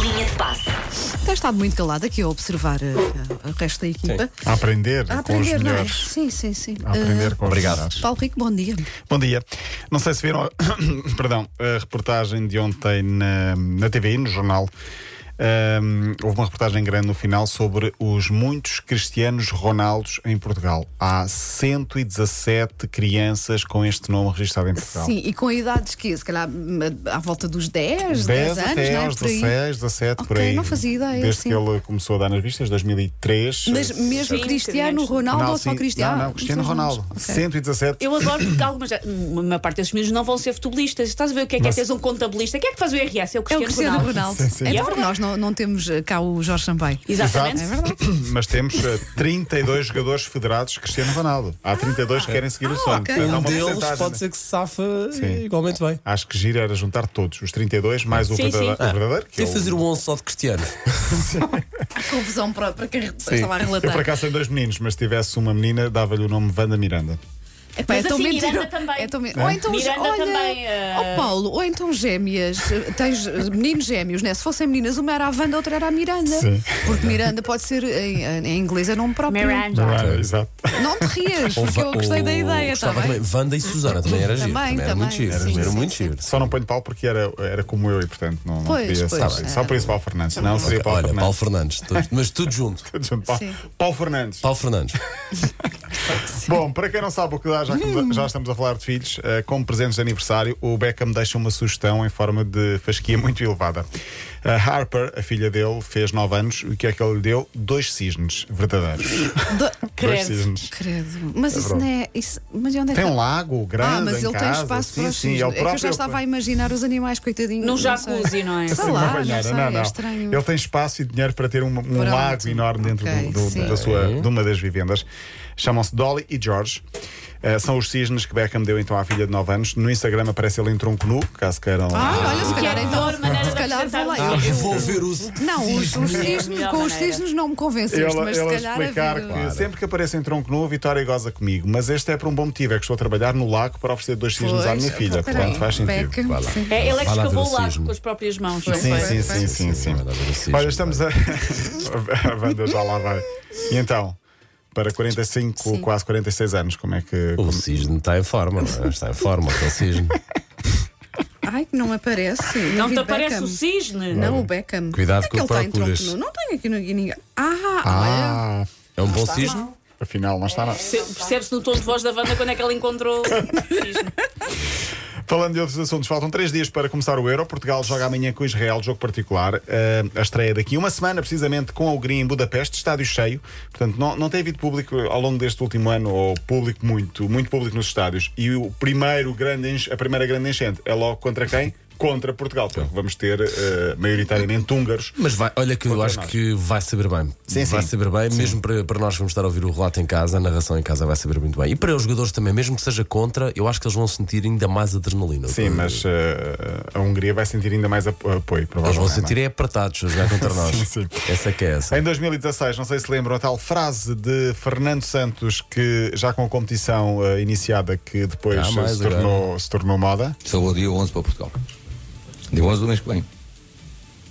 Linha de passe. Tem estado muito calado aqui a observar eh, o resto da equipa. A aprender, A com os aprender, não é? melhores. Sim, sim, sim. A aprender Eh, com os Obrigado. melhores. Paulo Rico, bom dia. Bom dia. Não sei se viram a, perdão, a reportagem de ontem na, na TVI, no jornal. Ahm, houve uma reportagem grande no final sobre os muitos cristianos Ronaldos em Portugal. Há 117 crianças com este nome registrado em Portugal. Sim, e com idades que, se calhar, hum, à volta dos 10, 10, 10 anos, até não é? aos Por aí. 16, 17, por Ok, aí. não fazia ideia, Desde sim. que ele começou a dar nas vistas, 2003. Mas mesmo Sim, Cristiano crianças. Ronaldo Não, ou só sim. Cristiano? Não, Ah, não, Cristiano são os nomes. Ronaldo. Ok. 117. Eu adoro porque algumas, eh, uma maior parte desses meninos não vão ser futebolistas. Estás a ver o que é que Mas- é teres um contabilista? Quem é que faz o IRS? É É o Cristiano, o Cristiano Ronaldo. Sim, sim. Então E é verdade. nós não, não temos eh, cá o Jorge Sampaio. Exatamente. É verdade. Mas temos eh, 32 jogadores federados de Cristiano Ronaldo. Há 32 que querem seguir o sonho. Ah, ok. Portanto, há Um uma deles porcentagem, pode né? ser que se safa Sim. igualmente bem. Acho que giro era juntar todos, os 32, mais o Sim, verdadeiro. sim. o verdadeiro, que é Podia o- fazer um 11 só de Cristiano. Confusão para, para quem Sim. estava a Eu por relatar. acaso tenho dois meninos, mas se tivesse uma menina, dava-lhe o nome Wanda Miranda. Epá, Mas tão assim, Miranda mentiroso. também. É tão men- Ou então, Miranda olha, também, eh. ó Paulo, ou então gêmeas. eh, Tens eh, meninos gêmeos, né? Se fossem meninas, uma era a Wanda, outra era a Miranda. Sim. Porque Miranda pode ser, em, em inglês, é nome próprio. Miranda. Ah, exato. Não te rias, porque eu gostei da ideia, está Gostava bem? também. Wanda e Susana também era giro. Também, Também, era muito também, giro. sim, era sim, muito sim. giro. Só não ponho pau porque era, era como eu e, portanto, não, não Pois, podia pois, tá bem. é. Só por isso Paulo Fernandes. Não, seria Paulo Olha, Paulo Fernandes. Fernandes, todos- mas tudo junto. Paulo, Sim. Paulo Fernandes. Paulo Fernandes. Bom, para quem não sabe o que dá, já, que Hum. já estamos a falar de filhos, eh, como presentes de aniversário, o Beckham deixa uma sugestão em forma de fasquia muito elevada. A Harper, a filha dele, fez 9 anos. O que é que ele lhe deu? Dois cisnes verdadeiros. Do- Dois Credo. cisnes. Credo. Mas isso verdade. não é. Isso, mas onde é que Tem um tá? lago grande. Ah, mas em ele casa. tem espaço sim, para os sim, filhos. ele É que eu já próprio- estava a imaginar os animais, coitadinhos. Num não sei. jacuzzi, não é? Sei Sim, lá, uma não banheira. sei, é estranho. Ele tem espaço e dinheiro para ter um, um Pronto. lago enorme dentro Ok, do- do- sim. da sua, de uma das vivendas. Chamam-se Dolly e George. Eh, são os cisnes que Beckham deu então à filha de 9 anos. No Instagram aparece ele em tronco nu, caso queiram. Ah, olha, se Que é calhar a então. melhor maneira Se de calhar vou lá. apresentar eu. um Eu vou ver o. Ah, Não, os, os É a cisnes, melhor com os maneira. cisnes não me convenceste, Ela, mas ela se calhar eh, explicar a que vida. sempre que apareço em tronco nu, a Vitória goza comigo. Mas este é por um bom motivo, é que estou a trabalhar no lago para oferecer dois cisnes à minha filha. Portanto, faz sentido. então, Beckham, sim. É, ele é Vai que lá escavou ver o o lago cisne. com as próprias mãos. Sim, Foi, foi. sim, sim, sim, sim. Olha, estamos a. a banda já lá vai. E então, para 45, Sim. quase 46 anos, como é que. O cisne está em forma, não é? Está em forma, aquele cisne. Ai, que não aparece. Não David te aparece Beckham. o cisne? Não, o Beckham. Cuidado Onde é que com o ele está em procuras. tronco nu? Não tem aqui no ninguém. Ah, olha. Ah, É um bom cisne? afinal, não está nada. Perce- Percebe-se no tom de voz da Wanda quando é que ela encontrou o cisne. Falando de outros assuntos, faltam três dias para começar o Euro. Portugal joga amanhã com Israel, jogo particular. Eh, a estreia daqui uma semana, precisamente, com a Hungria em Budapeste, estádio cheio. Portanto, não, não tem havido público ao longo deste último ano, ou público muito, muito público nos estádios. E o primeiro grande, enche- a primeira grande enchente é logo contra quem? Contra Portugal, porque Então. vamos ter eh, maioritariamente húngaros. Mas vai, olha que eu acho nós. que vai saber bem. Sim, vai sim. saber bem, mesmo para, para nós que vamos estar a ouvir o relato em casa, a narração em casa vai saber muito bem. E para os jogadores também, mesmo que seja contra, eu acho que eles vão sentir ainda mais adrenalina. Sim, mas eh, a Hungria vai sentir ainda mais apo- apoio, provavelmente. Eles vão não é? sentir é apertados a jogar contra nós. sim. Essa que é essa. Em 2016, não sei se lembram a tal frase de Fernando Santos, que já com a competição eh, iniciada, que depois Ah, eh, mais se, tornou, se tornou moda. Só vou dia 11 para Portugal. Dia 11 do mês que vem.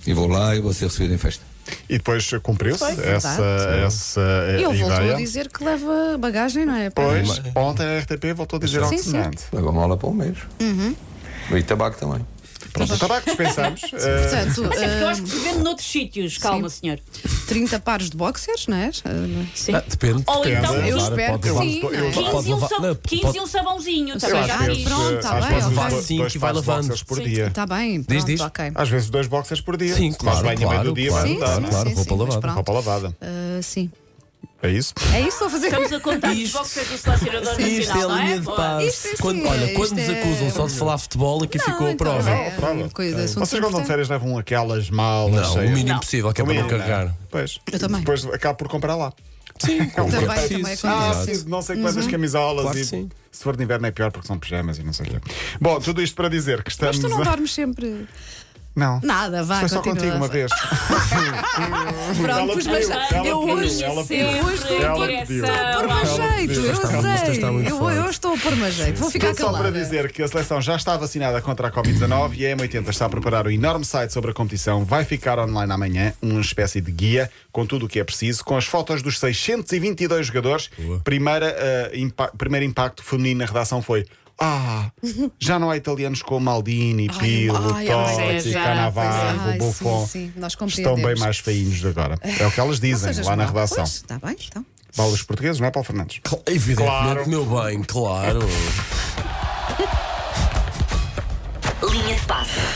E vou lá e vou ser recebido em festa. E depois eh, cumpriu-se Foi, essa, verdade. essa eh, Ele voltou a ideia. dizer que leva bagagem, não é? Pois, ontem a RTP voltou a dizer algo Sim, sim. semelhante. Leva-me lá para um mês. E tabaco também. Pronto, o tabaco dispensamos. eh, Portanto, Mas é porque eu ah, acho que se vende noutros sítios. Calma, senhor. 30 pares de boxers, não é? Ah, Sim. Ah, depende. Ou depende. então- Eu Claro, espero pode que levar- sim, pode- não é? pode- 15 e um, levar- sa- não, 15 e um pode- sabãozinho. Eu Também acho já que às vi. pronto, vezes, eh, tá às bem, vezes ok. então, dois- Sim, dois que vai pares de lavando. boxers por Sim. dia. Está Tá bem, pronto, Diz, diz. ok. Às vezes dois boxers por dia. Sim, Faz claro, bem a meio do claro, dia, claro, vai mudar. claro. roupa mas lavada. pronto. Roupa lavada. Ah, sim. É isso? É isso, estou a fazer. Estamos a contar os boxers do selecionador Isto é nacional, a linha de não é? passe. Isto é Quando- sim, olha, isto quando nos é- acusam só de falar futebol, aqui Não, ficou a então, prova. é, Prova. coisa- assunto Vocês quando vão de importante. férias levam aquelas malas Não, cheias. o mínimo Não. possível, que é O para não mínimo, carregar. Pois. Eu também. Depois acabo por comprar lá. Sim, Também, com o que é também preciso. acontece. Ah, Exato. preciso de não sei Uhum. quantas camisolas Claro e. que sim. Se for de inverno é pior porque são pijamas e não sei o quê. Bom, tudo isto para dizer que estamos. Mas tu não a- dormes sempre. Não. Nada, vá, Foi só continua. contigo uma vez. Ela Pronto, pus, mas pediu, ela eu pediu, hoje, ela eu pediu. hoje estou Ela a pôr- pediu. estou a pôr Ela majeito, pediu. eu Esta música está muito sei. Eu, forte. eu estou a pôr majeito, vou ficar Só para calada. dizer que a seleção já está vacinada contra a Covid-19 e a M80 está a preparar um enorme site sobre a competição. Vai ficar online amanhã, uma espécie de guia com tudo o que é preciso, com as fotos dos 622 jogadores. Primeira, eh, impa- primeiro impacto feminino na redação foi. Ah, já não há italianos como Maldini, Ai, Pirlo, ai, pois Totti, é, já, pois é. Cannavaro, Ai, Buffon. sim, sim, nós Estão compreendemos. bem mais feinhos agora. É o que elas Não dizem sejas lá na mau. redação. Pois, Está bem, então. Paulo dos portugueses, não é Paulo Fernandes? Cla- Evidentemente, Claro. meu bem, claro. Linha de passe.